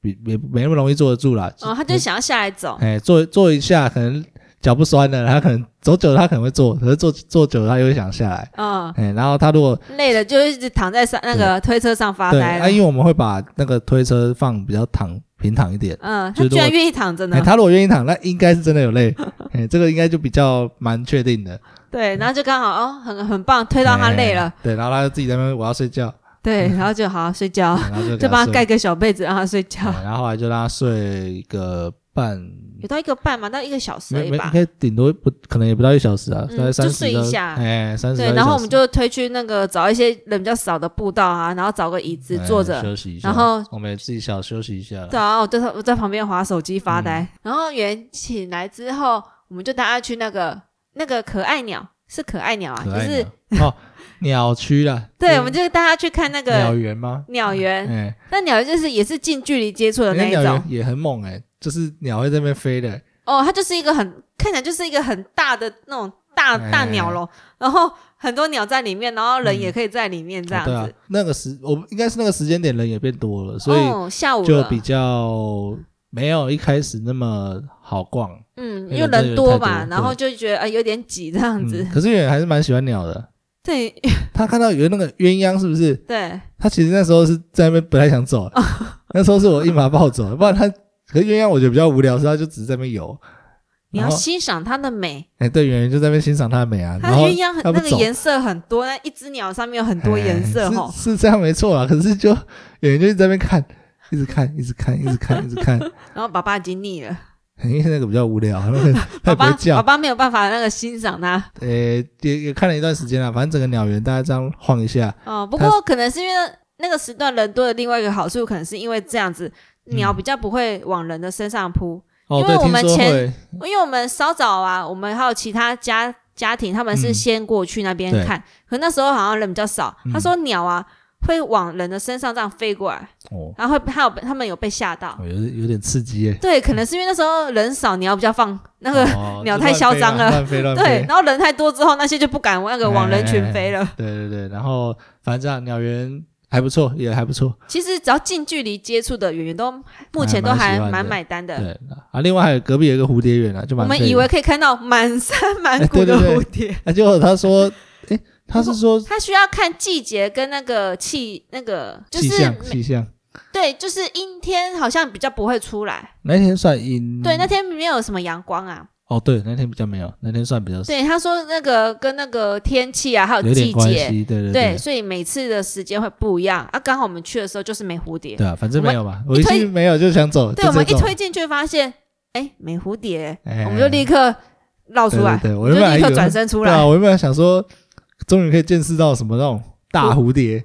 比也没那么容易坐得住啦。
哦，他就想要下来走，
哎、坐坐一下，可能脚不酸了，他可能走久了他可能会坐，可是坐坐久了他又会想下来。
嗯，
哎、然后他如果
累了就一直躺在上那个推车上发
对，啊，
呆了，
因为我们会把那个推车放比较躺平躺一点。
嗯，
就
他
是
居然愿意躺着
哎、
呢，
他如果愿意躺，那应该是真的有累。 哎、这个应该就比较蛮确定的。
对，然后就刚好哦，很很棒，推到他累了
哎，对，然后他就自己在那边我要睡觉，
对，然后就好好睡觉，
哎然后就给
啊就帮
睡嗯
他盖个小被子让他睡觉，
对然后后来就让他睡个半，
有到一个半嘛，到一个小时而
没
已
没应
吧。
该顶多不可能也不到一小时啊，
嗯
大概三
就
十
睡一下
哎，三十。
对，然后我们就推去那个找一些人比较少的步道啊，然后找个椅子
哎
坐着，
休息一下，
然后
我们也自己小休息一下
对
了。
啊，我在我在旁边划手机发
嗯
呆。然后圆起来之后，我们就带他去那个那个可爱鸟，是可爱鸟啊，
可
就
爱
是
鸟哦，鸟区啦，
对，我们就带他去看那
鸟
个
园吗？
鸟园。
哎，
那鸟园就是也是近距离接触的
那
那一
鸟园
种
也很猛哎，就是鸟会在那边飞的，
哦，它就是一个很看起来就是一个很大的那种大
哎
大鸟笼，然后很多鸟在里面，然后人也可以在里面这
哦
样
对啊
子。，
那个时我们应该是那个时间点人也变多了，所以
哦，下午
就
了，
比较没有一开始那么好逛
嗯，
因为
又
人真的
人
有
多
太多
嘛，然后
对嗯
呃就觉得啊、有点挤这样子
嗯。可是也还是蛮喜欢鸟的。
对
他看到有那个鸳鸯，是不是？
对，
他其实那时候是在那边本来想走，啊 那时候是我一马抱走，啊不然他可是鸳鸯我觉得比较无聊，所以他就只是在那边游。
你要
然后
欣赏它的美。
哎、对，演员就在那边欣赏它的美啊，
它
然后
鸳鸯很
他不
那个
走
颜色很多，那一只鸟上面有很多颜色
哎
吼。
是是这样没错啦。可是就演员就一直在那边看，一直看，一直看，一直看，一直看，
然后爸爸已经腻了，
因为那个比较无 聊，那个他也不
爸爸
会
爸
叫。
爸没有办法那个欣赏它。
呃、也也看了一段时间啦，反正整个鸟园大家这样晃一下，
哦，不过可能是因为那个时段人多的另外一个好处，可能是因为这样子鸟
嗯
比较不会往人的身上扑，
哦，
因为
对，
我
听
们
说
前
会，
因为我们稍早啊，我们还有其他家家庭，他们是
嗯
先过去那边
对
看，可那时候好像人比较少。
嗯
他说鸟啊会往人的身上这样飞过来，
哦，
然后会还有他们有被吓到。
哦有有点刺激耶、
对，可能是因为那时候人少，鸟比较放那个、
哦
鸟
就
太
乱
嚣
飞
张
啦
了
乱飞乱
对
飞，。哎
然后人太多之后，那些就不敢那个往人群飞了。
对对对，然后反正这样鸟园还不错，也还不错。
其实只要近距离接触的演员都目前都
还蛮喜
还
欢的
蛮买单的。
对啊，另外还有隔壁有一个蝴蝶园啊，就
我
蛮
们
废
以
的
为可以看到满山满
哎
谷
对
的
对对
蝴蝶，
啊，结果他说，诶，他是说
它需要看季节跟那个气，那个就
气
是
象气象，
对，就是阴天好像比较不会出来。
那天算阴，
对，那天没有什么阳光啊。
哦对，那天比较没有，那天算比较
对，他说那个跟那个天气啊，还有
有
季
点关
节，
系，对对
对，
对
所以每次的时间会不一样啊。刚好我们去的时候就是没蝴蝶，
对啊，反正没有嘛，我
我们
一
一推
去没有就想走，
对，
就
我们
直
一
接走
推，进去发现，哎，没蝴蝶，
哎
我们就立刻绕出来，
对对对我
就
原本
立
还
刻
以为
转身出
对啊，
来。
我原本想说，终于可以见识到什么那种大蝴蝶，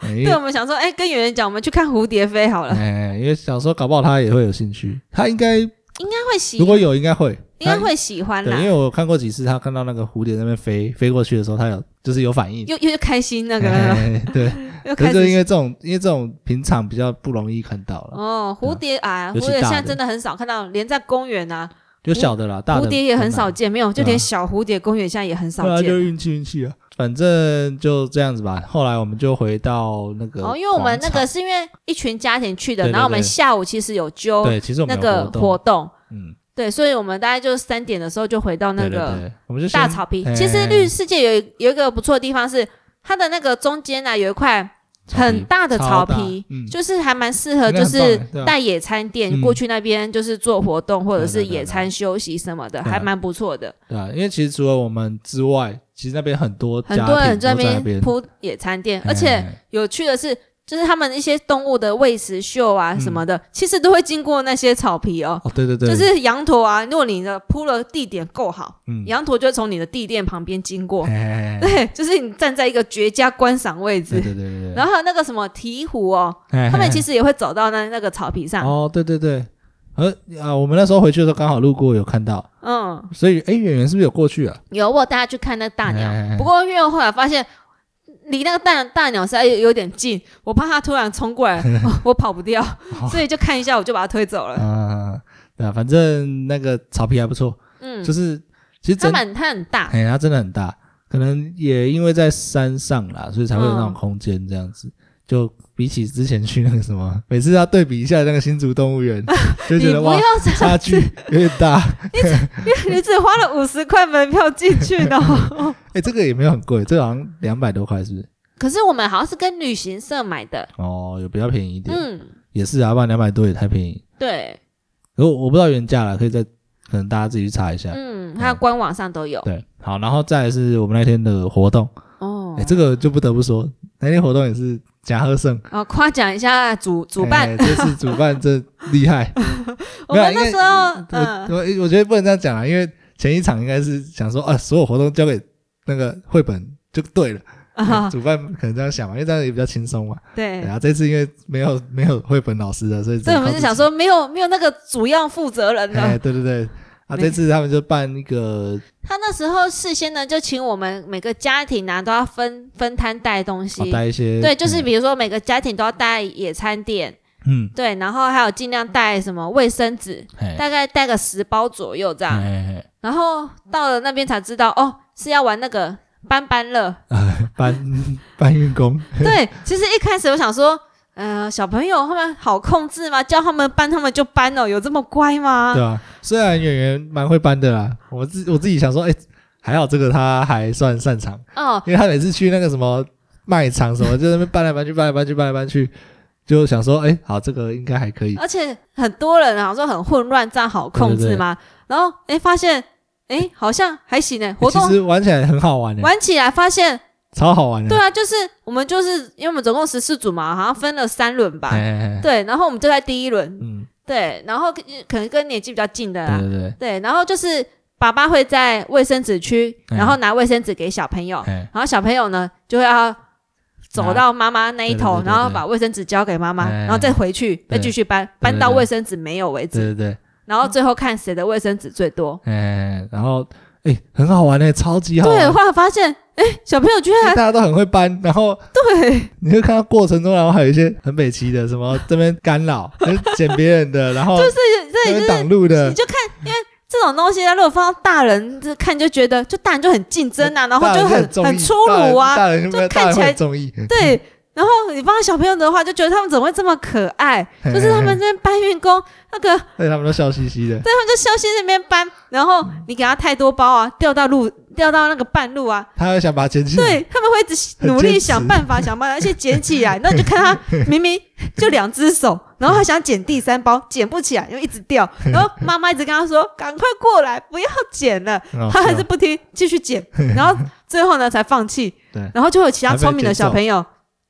哎因
对，
为
我们想说，哎，跟演员讲，我们去看蝴蝶飞好了，
哎，因为想说搞不好他也会有兴趣，他应该
应该会喜，
如果有应该会，
应该
他
会喜欢
对，
啦
因为，我看过几次，他看到那个蝴蝶那边飞飞过去的时候，他有就是有反应。
又又又开心那个了，
哎 对，
又
可
开
是就
始
因为这种，因为这种平常比较不容易看到了，
哦，蝴蝶啊，
尤
蝴
其
蝶
大
现在
的
真的很少看到，连在公园啊，
就小的啦，大的
蝴蝶也很
难
少，见，没有，
对
就
啊
连小蝴蝶公园现在也很少
对啊，就
见。
运气运气啊，反正就这样子吧。后来我们就回到那个
哦，因为我们那
广
个
场
是因为一群家庭去的，
对对
然后我们
对
下午其实有揪
对，其实我
那
们有
个
动
活动，
嗯，
对，所以我们大概就三点的时候就回到那
对对
个
对，我们就先
大草坪。
哎
其实绿世界有一有一个不错的地方是，它的那个中间啊有一块
草坪
很大的
超
草
大
皮，
嗯，
就是还蛮适合，
应该很
就
棒
是
哎对啊
带野餐店
嗯
过去那边，就是做活动或者
对
是
对对
野餐休息什么
对
的，
啊
还蛮不错的。
对啊，因为其实除了我们之外，其实那边很多
很
家
多人
庭都
在
在
那边
边，
铺野餐垫，
哎
而且有趣的是，就是他们一些动物的喂食秀啊什么的，其实都会经过那些草皮哦。
哦，对嗯对对，
就是羊驼啊，如果你的铺了地点够好，
嗯，
羊驼就会从你的地垫旁边经过。
哎
对，就是你站在一个绝佳观赏位置
对。对对对对，
然后还有那个什么鹈鹕哦，
后
他们其
实。
实也会走到那那个草皮上。
哦，对对对，呃啊，我们那时候回去的时候刚好路过有看到，
嗯，
所以哎，演员是不是有过去啊？
有我有带他去看那大鸟，
哎哎哎
不过因为我后来发现。离那个大大鸟实在有有点近，我怕它突然冲 过来，我我跑不掉，
哦
所以就看一下，我就把它推走了。
啊、对啊，反正那个草皮还不错，
嗯，
就是其实
它
真，
蛮它很大，
哎，它真的很大，可能也因为在山上啦，所以才会有那种
嗯
空间这样子。就比起之前去那个什么，每次要对比一下那个新竹动物 园，就
你
觉得
不
哇
要，这样
差距有点大。
你只花了五十块门票进去 的哦、
哎，这个也没有很贵，这个好像两百多块，是不是？
可是我们好像是跟旅行社买的，
哦，有比较便宜一点，
嗯，
也是啊，不然两百多也太便宜。
对，
可我我不知道原价了，可以再可能大家自己去查一下。
嗯，它的官网上都有
哎对，好，然后再来是我们那天的活动，
哦
哎、。这个就不得不说，那天活动也是假贺胜
哦，夸奖一下主主办
哎，这次主办这厉害。
我
没有
们那
应该
时候， 嗯，
我我我觉得不能这样讲啊，因为前一场应该是想说啊，所有活动交给那个绘本就对了，
啊，
主办可能这样想嘛，因为这样也比较轻松嘛。
对
然，后、这次因为没有没有绘本老师的，所以只
所以
能
我
靠
们就
自
想
己，
说，没有没有那个主要负责人
哎，
了。
对对对。啊，
没
这次他们就办一个
他那时候事先呢，就请我们每个家庭啊呢、都要分分摊带东
哦
西，
带一嗯些
对，就是比如说每个家庭都要带野餐垫，
嗯，
对，然后还有尽量带什么卫生纸，
哎
大概带个十包左右这样。
哎
然后到了那边才知道，哦，是要玩那个搬搬 乐。
哎搬 搬运工，
对，其实一开始我想说，呃，小朋友他们好控制吗？叫他们搬，他们就搬哦，有这么乖吗？
对啊，虽然演员蛮会搬的啦，我自我自己想说，哎、还好这个他还算擅长，
哦，
因为他每次去那个什么卖场 什么，就在那边搬来搬去，搬来搬去，搬来搬去，就想说，哎、好，这个应该还可以。
而且很多人好像说很混乱，这样好控制吗？然后哎，发现哎，好像还行呢。活
其
动
实嗯玩起来很好玩的，欸
玩起来发现，
超好玩欸的。
对啊，就是我们就是因为我们总共十四组嘛，好像分了三轮吧
哎，。哎哎
啊对，然后我们就在第一轮，
嗯，
对，然后跟可能跟年纪比较近的啦，
对对对，
对，然后就是爸爸会在卫生纸区，
嗯
然后拿卫生纸给小朋友，
哎，
然后小朋友呢就要哦走到妈妈那一头，
对对对对
然后把卫生纸交给妈妈，
哎
然后再回去，再
对
继续搬，搬到卫生纸没有为
对
止，
对对，
然后最后看谁的卫生纸最多。
哎哎，哎然后哎、很好玩嘞，超级好
对，
玩。
后来发现，哎，小朋友居然
大家都很会搬，然后
对
你会看到过程中，然后还有一些很北齐的，什么这边干 扰，就是捡别人的，然后
就是这
这边
里就是
挡路的
你，就看，因为这种东西，如果放到大人这看，就觉得就大人就很竞争啊，然后
大人
就
就
很
中
很
意
粗鲁啊，
大人大人就没有
就看
大人会
起来
很中意，
对，然后你放到小朋友的话，就觉得他们怎么会这么可爱？就是他们这边搬运工，那个 对
对他们都笑嘻嘻的，
他们就休息那边搬，然后你给他太多包啊，掉到路，掉到那个半路啊，
他会想把它捡起来，
对他们会一直
很
努力
坚持
想办法，想办法，而且捡起来，那你就看 他明明就两只手，然后他想捡第三包，捡不起来，又一直 掉，然后妈妈一直跟他说赶快过来，不要捡了，
很好笑，
他还是不听，继续捡，然后最后呢才放弃
对。
然后就有其他
还被
聪明的
捡
小
走
朋友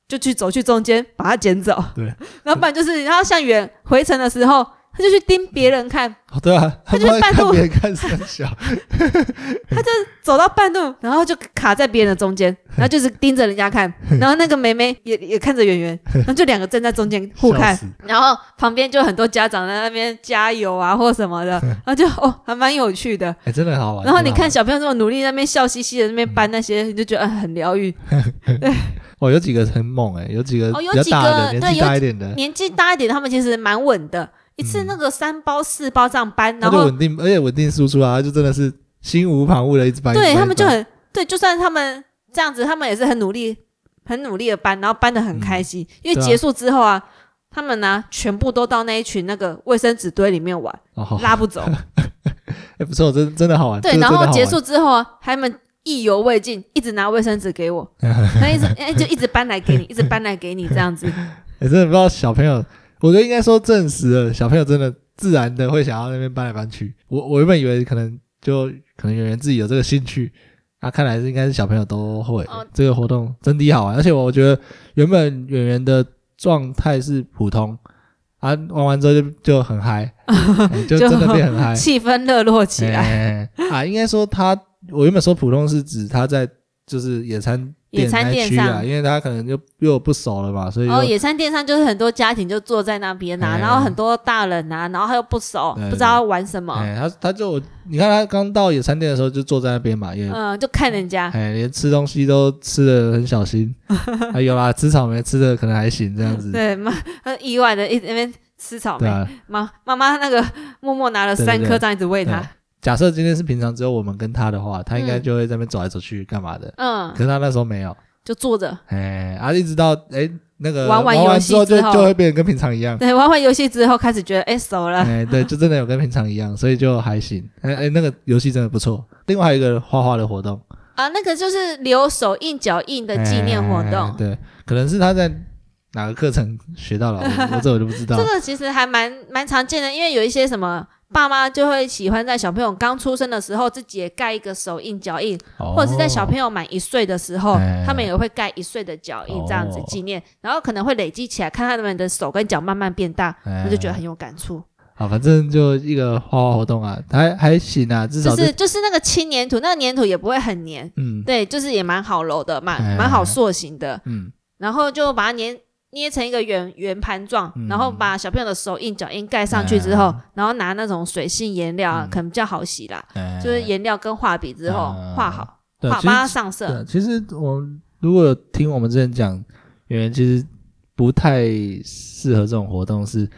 就去走去中间把它捡走。
对，
然后不然就是然后像远回程的时候，他就去盯别人看，
哦对啊，他
他就是
不知道
半路
看别人看三小，
走到半路，然后就卡在别人的中 间，然后就是盯着人家看，然后那个梅梅也也看着 圆圆，然后就两个站在中间 互看
笑死，
然后旁边就很多家长在那边加油啊或什 么的，然后就哦还蛮有趣的。
哎，真的很好玩。
然后
真
你
的好
看
玩，
小朋友这么努力在那边笑嘻嘻的那
嗯
边搬那些，你就觉得、呃、很疗愈。
哦，有几个很猛哎，有几个
哦有
比较
几
大
个
的，
对
年纪
有
大
几
一点的，
年纪大一点，他们其实蛮稳的，一次
嗯
那个三包四包这样搬，
他
然
就
后
稳定，而且稳定输出啊，他就真的是心无旁骛的一直搬，一直
对
搬
他们就。
一直
很对，就算他们这样子，他们也是很努力、很努力的搬，然后搬的很开心，因为
对啊
结束之后啊。他们呢、全部都到那一群那个卫生纸堆里面玩，
搬哦，好
拉 不走。
哎，不错，真真的好玩。
对，
这个
然
真的
后
好
结
玩
束之后啊，他们意犹未尽，一直拿卫生纸 给我，他一直哎就一直搬来给你，一直搬来给你 这样子。
欸，真的不知道小朋友，我觉得应该说证实了，小朋友真的自然的会想要那边搬来搬去。我我原本以为可能就可能圆圆自己有这个兴趣，啊，看来是应该是小朋友都会、
哦
这个活动真的好玩。而且我觉得原本圆圆的状态是普通，啊，玩完之后就就很 嗨、欸就
就
真的变很嗨
气氛热络起来。
欸啊！应该说他，我原本说普通是指他在就是野餐
野
店
餐
那
店
区啊，
上哦
因为他可能就又不熟了嘛，所以
然后
就
野餐垫上就是很多家庭就坐在那边啊，
哎
然后很多大人啊，然后他又不熟，
对
不知道要玩什么，
哎，他他就你看他刚到野餐店的时候就坐在那边嘛，也
嗯，就看人家。
哎连吃东西都吃的很小 心，还有啦，吃草莓吃的可能还行这样子，
对，妈，他意外的一直在那边吃
嗯
草
对
莓，
啊。
妈妈妈那个默默拿了
对对
三颗
对
这样一直喂他
对，假设今天是平常只有我们跟他的话，他应该
嗯
就会在那边走来走去干嘛的，
嗯
可，是他那时候没有，
就坐着。
哎，啊一直到哎那个
玩完
完
游戏
之后就
之后
就会变得跟平常一样。
对，玩完游戏之后开始觉得哎熟了，
哎，对，就真的有跟平常一样，所以就还行。哎哎，那个游戏真的不错。另外还有一个画画的活动，
啊，那个就是留手印脚印的纪念活
哎
动。
对，可能是他在哪个课程学到了， 我我这我就不知道
这。个其实还蛮蛮常见的，因为有一些什么爸妈就会喜欢在小朋友刚出生的时候自己也盖一个手印脚印，
哦
或者是在小朋友满一岁的时候，
哎
他们也会盖一岁的脚印这样子
哦
纪念，然后可能会累积起来，看他们的手跟脚慢慢变大，
友
我就觉得很有感触。
哎好，反正就一个画画活动啊，还还行啊，至
就
少
是就是那个轻粘土，那个粘土也不会很粘，
嗯
对，就是也蛮好揉的，蛮
哎
蛮好塑形的，
嗯
然后就把它粘。捏成一个圆圆盘状，
嗯
然后把小朋友的手印、脚印盖上去之后，
哎
然后拿那种水性颜料啊，
嗯
可能比较好洗啦，
哎
就是颜料跟画笔之后
哎
画好，
对
画
其
帮它
实
上色。
对，其实我如果有听我们之前讲，圆圆其实不太适合这种活动，是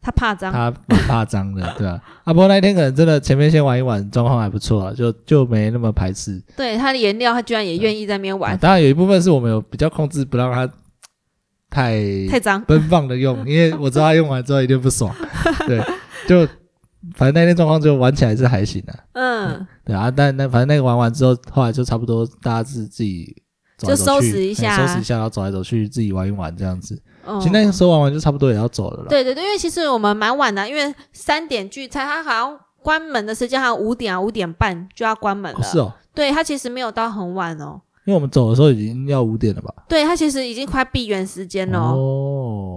他怕脏，
他蛮怕脏的，对 吧、啊？不过那一天可能真的前面先玩一玩，状况还不错啊，就就没那么排斥。
对他的颜料，他居然也愿意在那边玩
啊，当然有一部分是我们有比较控制，不让他太
太脏。
奔放的用，因为我知道他用完之后一定不爽。对，就反正那天状况就玩起来是还行啊，
嗯，
对啊，但那反正那个玩完之后，后来就差不多大家是自己走来
就
走去
收拾一
哎
下
收拾一下，然后走来走去，自己玩一玩这样子。
哦
其实那个时候玩完就差不多也要走了啦。
对对对，因为其实我们蛮晚的，因为三点聚餐，他好像关门的时间好像五点啊五点半就要关门了。
哦是哦，
对他其实没有到很晚哦，
因为我们走的时候已经要五点了吧？
对他其实已经快闭园时间了哦。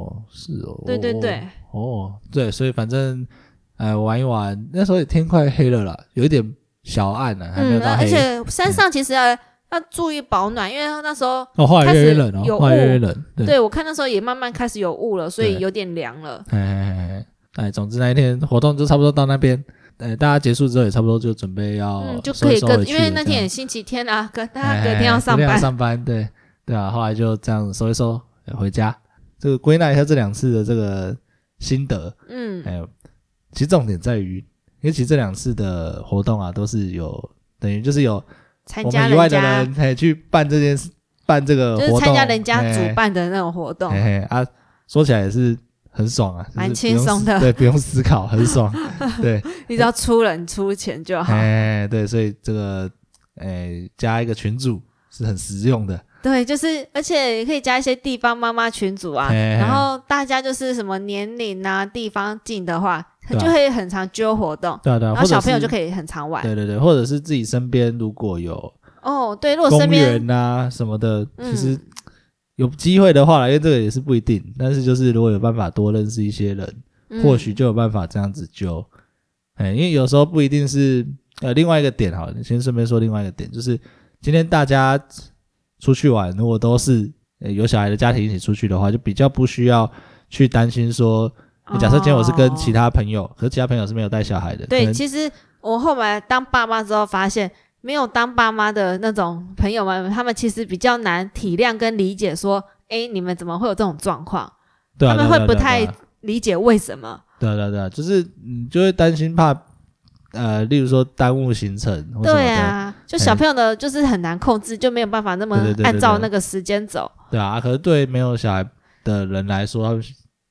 哦，是哦，
对对对，
哦，对，所以反正呃玩一玩，那时候也天快黑了啦，有一点小暗了、啊还没有
嗯，
到
而
黑。
且山上其实要要注意保暖，因为那时候
哦，后来越来越冷
开始有
哦，后来越来越冷，对，
对我看那时候也慢慢开始有雾了，所以
对
有点凉了。
哎哎哎哎，哎，总之那一天活动就差不多到那边，呃，大家结束之后也差不多就准备要
嗯，就
哦收
可
一
以
收
跟
回，去
因为那
了
天也
这样
星期天啊， 隔大
哎
家隔
哎
天要
哎
上
隔天
班。
上班，对对啊，后来就这样收一收呃回家，这个归纳一下这两次的这个心得，
嗯，
还有，其实重点在于，因为其实这两次的活动啊，都是有等于就是有
参
我
加
们以外
人
的
家
人哎去办这件事，办这个活
就是
动，
参加人家主
哎
办的那种活动
嘿。嘿啊，说起来也是很爽啊，就是
蛮
不
轻
用
松
思
的
对，不用思考，很 爽，对，
你只要出人出钱就好。
哎，对，所以这个哎加一个群组是很实用的，
对，就是而且也可以加一些地方妈妈群组啊，
嘿嘿
然后大家就是什么年龄啊、地方近的话，
对啊
就可以很常揪活动，
对啊对啊，
然后小朋友就
以。
可以很常玩。
对对对，或者是自己身边如果有
哦，对，如果
公
身边
园啊什么的，
嗯
其实有机会的话啦，因为这个也是不一定，但是就是如果有办法多认识一些人，
嗯
或许就有办法这样子就，哎、因为有时候不一定是呃另外一个点好了，先顺便说另外一个点，就是今天大家出去玩，如果都是、呃有小孩的家庭一起出去的话，就比较不需要去担心说，呃假设今天我是跟其
哦
他朋友，可是其他朋友是没有带小孩的，可
对，
能
其实我后来当爸妈之后发现，没有当爸妈的那种朋友们，他们其实比较难体谅跟理解，说，哎，你们怎么会有这种状况？
对啊
他
对
们
啊对
会
啊
不
对啊对
太
啊
理解为什么？
对啊对啊对啊，就是你就会担心怕，呃，例如说耽误行程或什么
对
的，哎
啊，就小朋友的就是很难控制，就没有办法那么
对对对对
按照
对
那个时间走。
对啊。可是对没有小孩的人来说，他们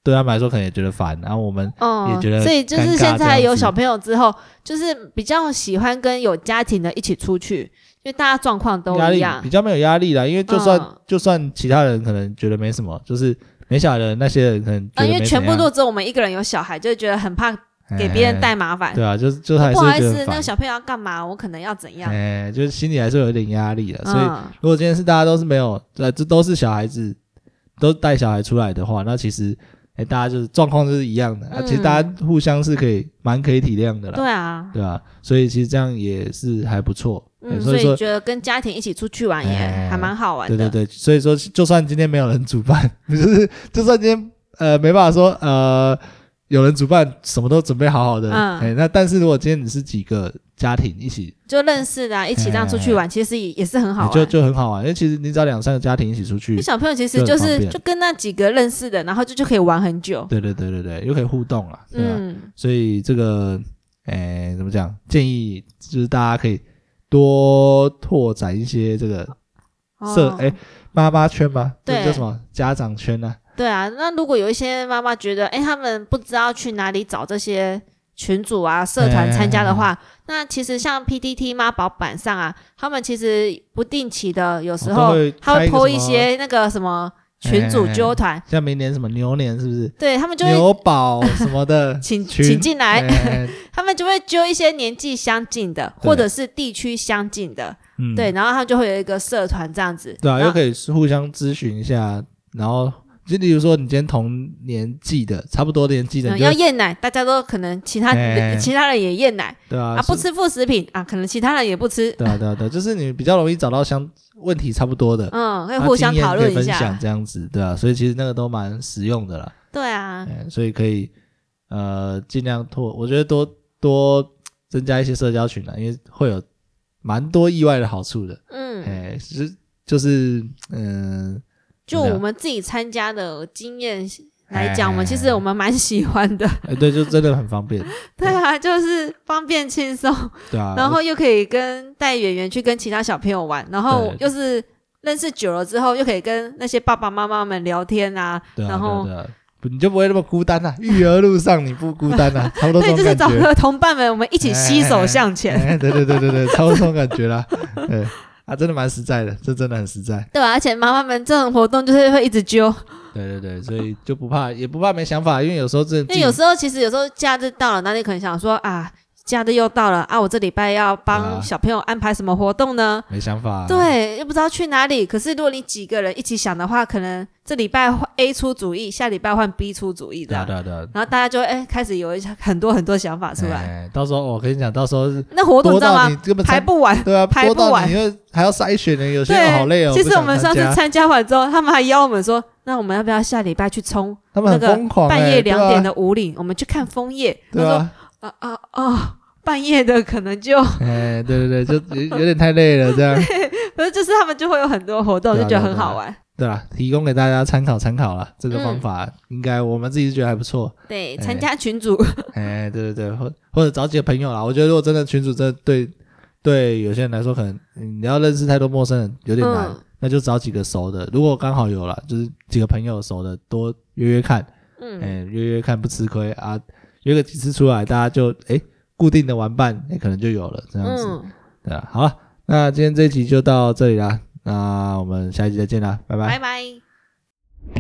对他们来说可能也觉得烦。然后我们
嗯
也觉得，
所以就是
尴尬
现在
这样
有
子
小朋友之后，就是比较喜欢跟有家庭的一起出去，因为大家状况都
压
一
力
样
比。较没有压力啦，因为就算、
嗯
就算其他人可能觉得没什么，就是没小孩的那些人可能觉
啊，
得
因为
没
全部
怎样
都只有我们一个人有小孩，就会觉得很怕给别人带麻烦
哎。对啊，就是就还是
不好
会
意
觉得很
思，那个
烦
小朋友要干嘛？我可能要怎样？
哎，就是心里还是会有一点压力的，所以
嗯，
如果今天是大家都是没有，呃，这都是小孩子，都带小孩出来的话，那其实，哎、大家就是状况就是一样的、啊，
嗯
其实大家互相是可以蛮可以体谅的啦，
对啊，
对吧、所以其实这样也是还不错，哎
嗯，
所
所
以说
以，觉得跟家庭一起出去玩也
哎
还蛮好玩
对
的。
对对，所以说就算今天没有人主办， 就是就算今天呃没办法说呃有人主办，什么都准备好好的，哎、
嗯
那但是如果今天你是几个家庭一起
就认识的啊，一起这样出去玩，其实也也是很好玩。
哎就就很好玩，因为其实你只要两三个家庭一起出
因
去
为。小朋友其实就
就很方
是
便
就跟那几个认识的，然后就就可以玩很久。
对对对对对，又可以互动啦，对吧、
嗯，
所以这个，诶、怎么讲？建议就是大家可以多拓展一些这个社，
哦
诶、妈妈圈吧，这
对
叫什么家长圈呢、
对啊。那如果有一些妈妈觉得，哎，他们不知道去哪里找这些群组啊、社团参加的
哎
话，那其实像 PTT 妈宝版上啊，他们其实不定期的，有时
哦
候
都会
他会
开一个
PO
什么
一些那个什么群组
哎
纠团，
像明年什么牛年是不是？
对他们就会哎
牛宝什么 的
请
群哎
请进来，
诶
他们就会揪一些年纪相近的，
对
或者是地区相近的，
嗯，
对，然后他就会有一个社团这样子。
对啊，又
然后
可以互相咨询一下，然后就例如说你今天同年纪的，差不多年纪的，
嗯
你就
要验奶，大家都可能其他
哎
其他人也验奶
对啊
啊，不
是
吃副食品啊，可能其他人也不吃，
对啊对啊对啊，就是你比较容易找到相问题差不多的，
嗯，可以
啊
互相
经验
讨
可以
论一
分享
下。
这样子，对啊，所以其实那个都蛮实用的啦，
对啊，
嗯，所以可以呃尽量拓，我觉得多多增加一些社交群啊啦，因为会有蛮多意外的好处的，
嗯，
哎、是就是嗯、呃
就我们自己参加的经验来讲，我们其实我们蛮喜欢 的。
哎对，就真的很方便，
对啊，就是方便轻松，
对啊，
然后又可以跟带演员去跟其他小朋友玩，然后
对
又是认识久了之后，又可以跟那些爸爸妈妈们聊天啊，
对啊
然
对啊
后
对啊你就不会那么孤单了、育儿路上你不孤单了、啊差不多这
对，
种
就是
感
找
觉。
个同伴们，我们一起携手向前。
哎，对对对对对，差不多这种感觉啦。对啊，真的蛮实在的，这真的很实在。
对吧？而且妈妈们这种活动就是会一直揪，
对对对，所以就不怕，也不怕没想法，因为有时候这
因为有时候其实有时候假日到了，那你可能想说啊，假日又到了啊，我这礼拜要
对啊
帮小朋友安排什么活动呢？
没想法、啊，
对，又不知道去哪里。可是如果你几个人一起想的话，可能这礼拜换 A 出主意，下礼拜换 B 出主意这
对啊
样，
对啊对啊。
然后大家就会哎开始有一些很多很多想法出来。
哎，到时候我跟你讲，到时候是
那活动
多
你知道
到你
吗？
根本
排
参
不完。
对啊，
排
多
不
到
完
你又还要筛选呢，有些
对
哦好累哦。不
其实
想
我们
参
上次
加
参加完之后，他们还邀我们说，那我们要不要下礼拜去冲
他们
那
很
个
疯狂哎，
半夜两点
的，
的五岭，我们去看枫叶？他
对
说
啊，
啊啊啊！半夜的可能就，
哎，对对对，就有有点太累了这 样。
可是就是他们就会有很多活动，
对啊
就觉得
对啊
很好玩。
对啦，提供给大家参考参考啦。这个方
嗯
法应该我们自己是觉得还不错。
对，
哎
参加群组，嗯
哎，对对对，或或者找几个朋友啦。我觉得如果真的群主真的对对有些人来说，可能嗯你要认识太多陌生人有点难，
嗯
那就找几个熟的。如果刚好有啦，就是几个朋友熟的多约约看，
嗯，
哎，约约看不吃亏啊。约个几次出来，大家就哎固定的玩伴，哎可能就有了这样子。
嗯，
对啊，好了，那今天这一集就到这里啦。那我们下一集再见啦，拜拜。
拜拜。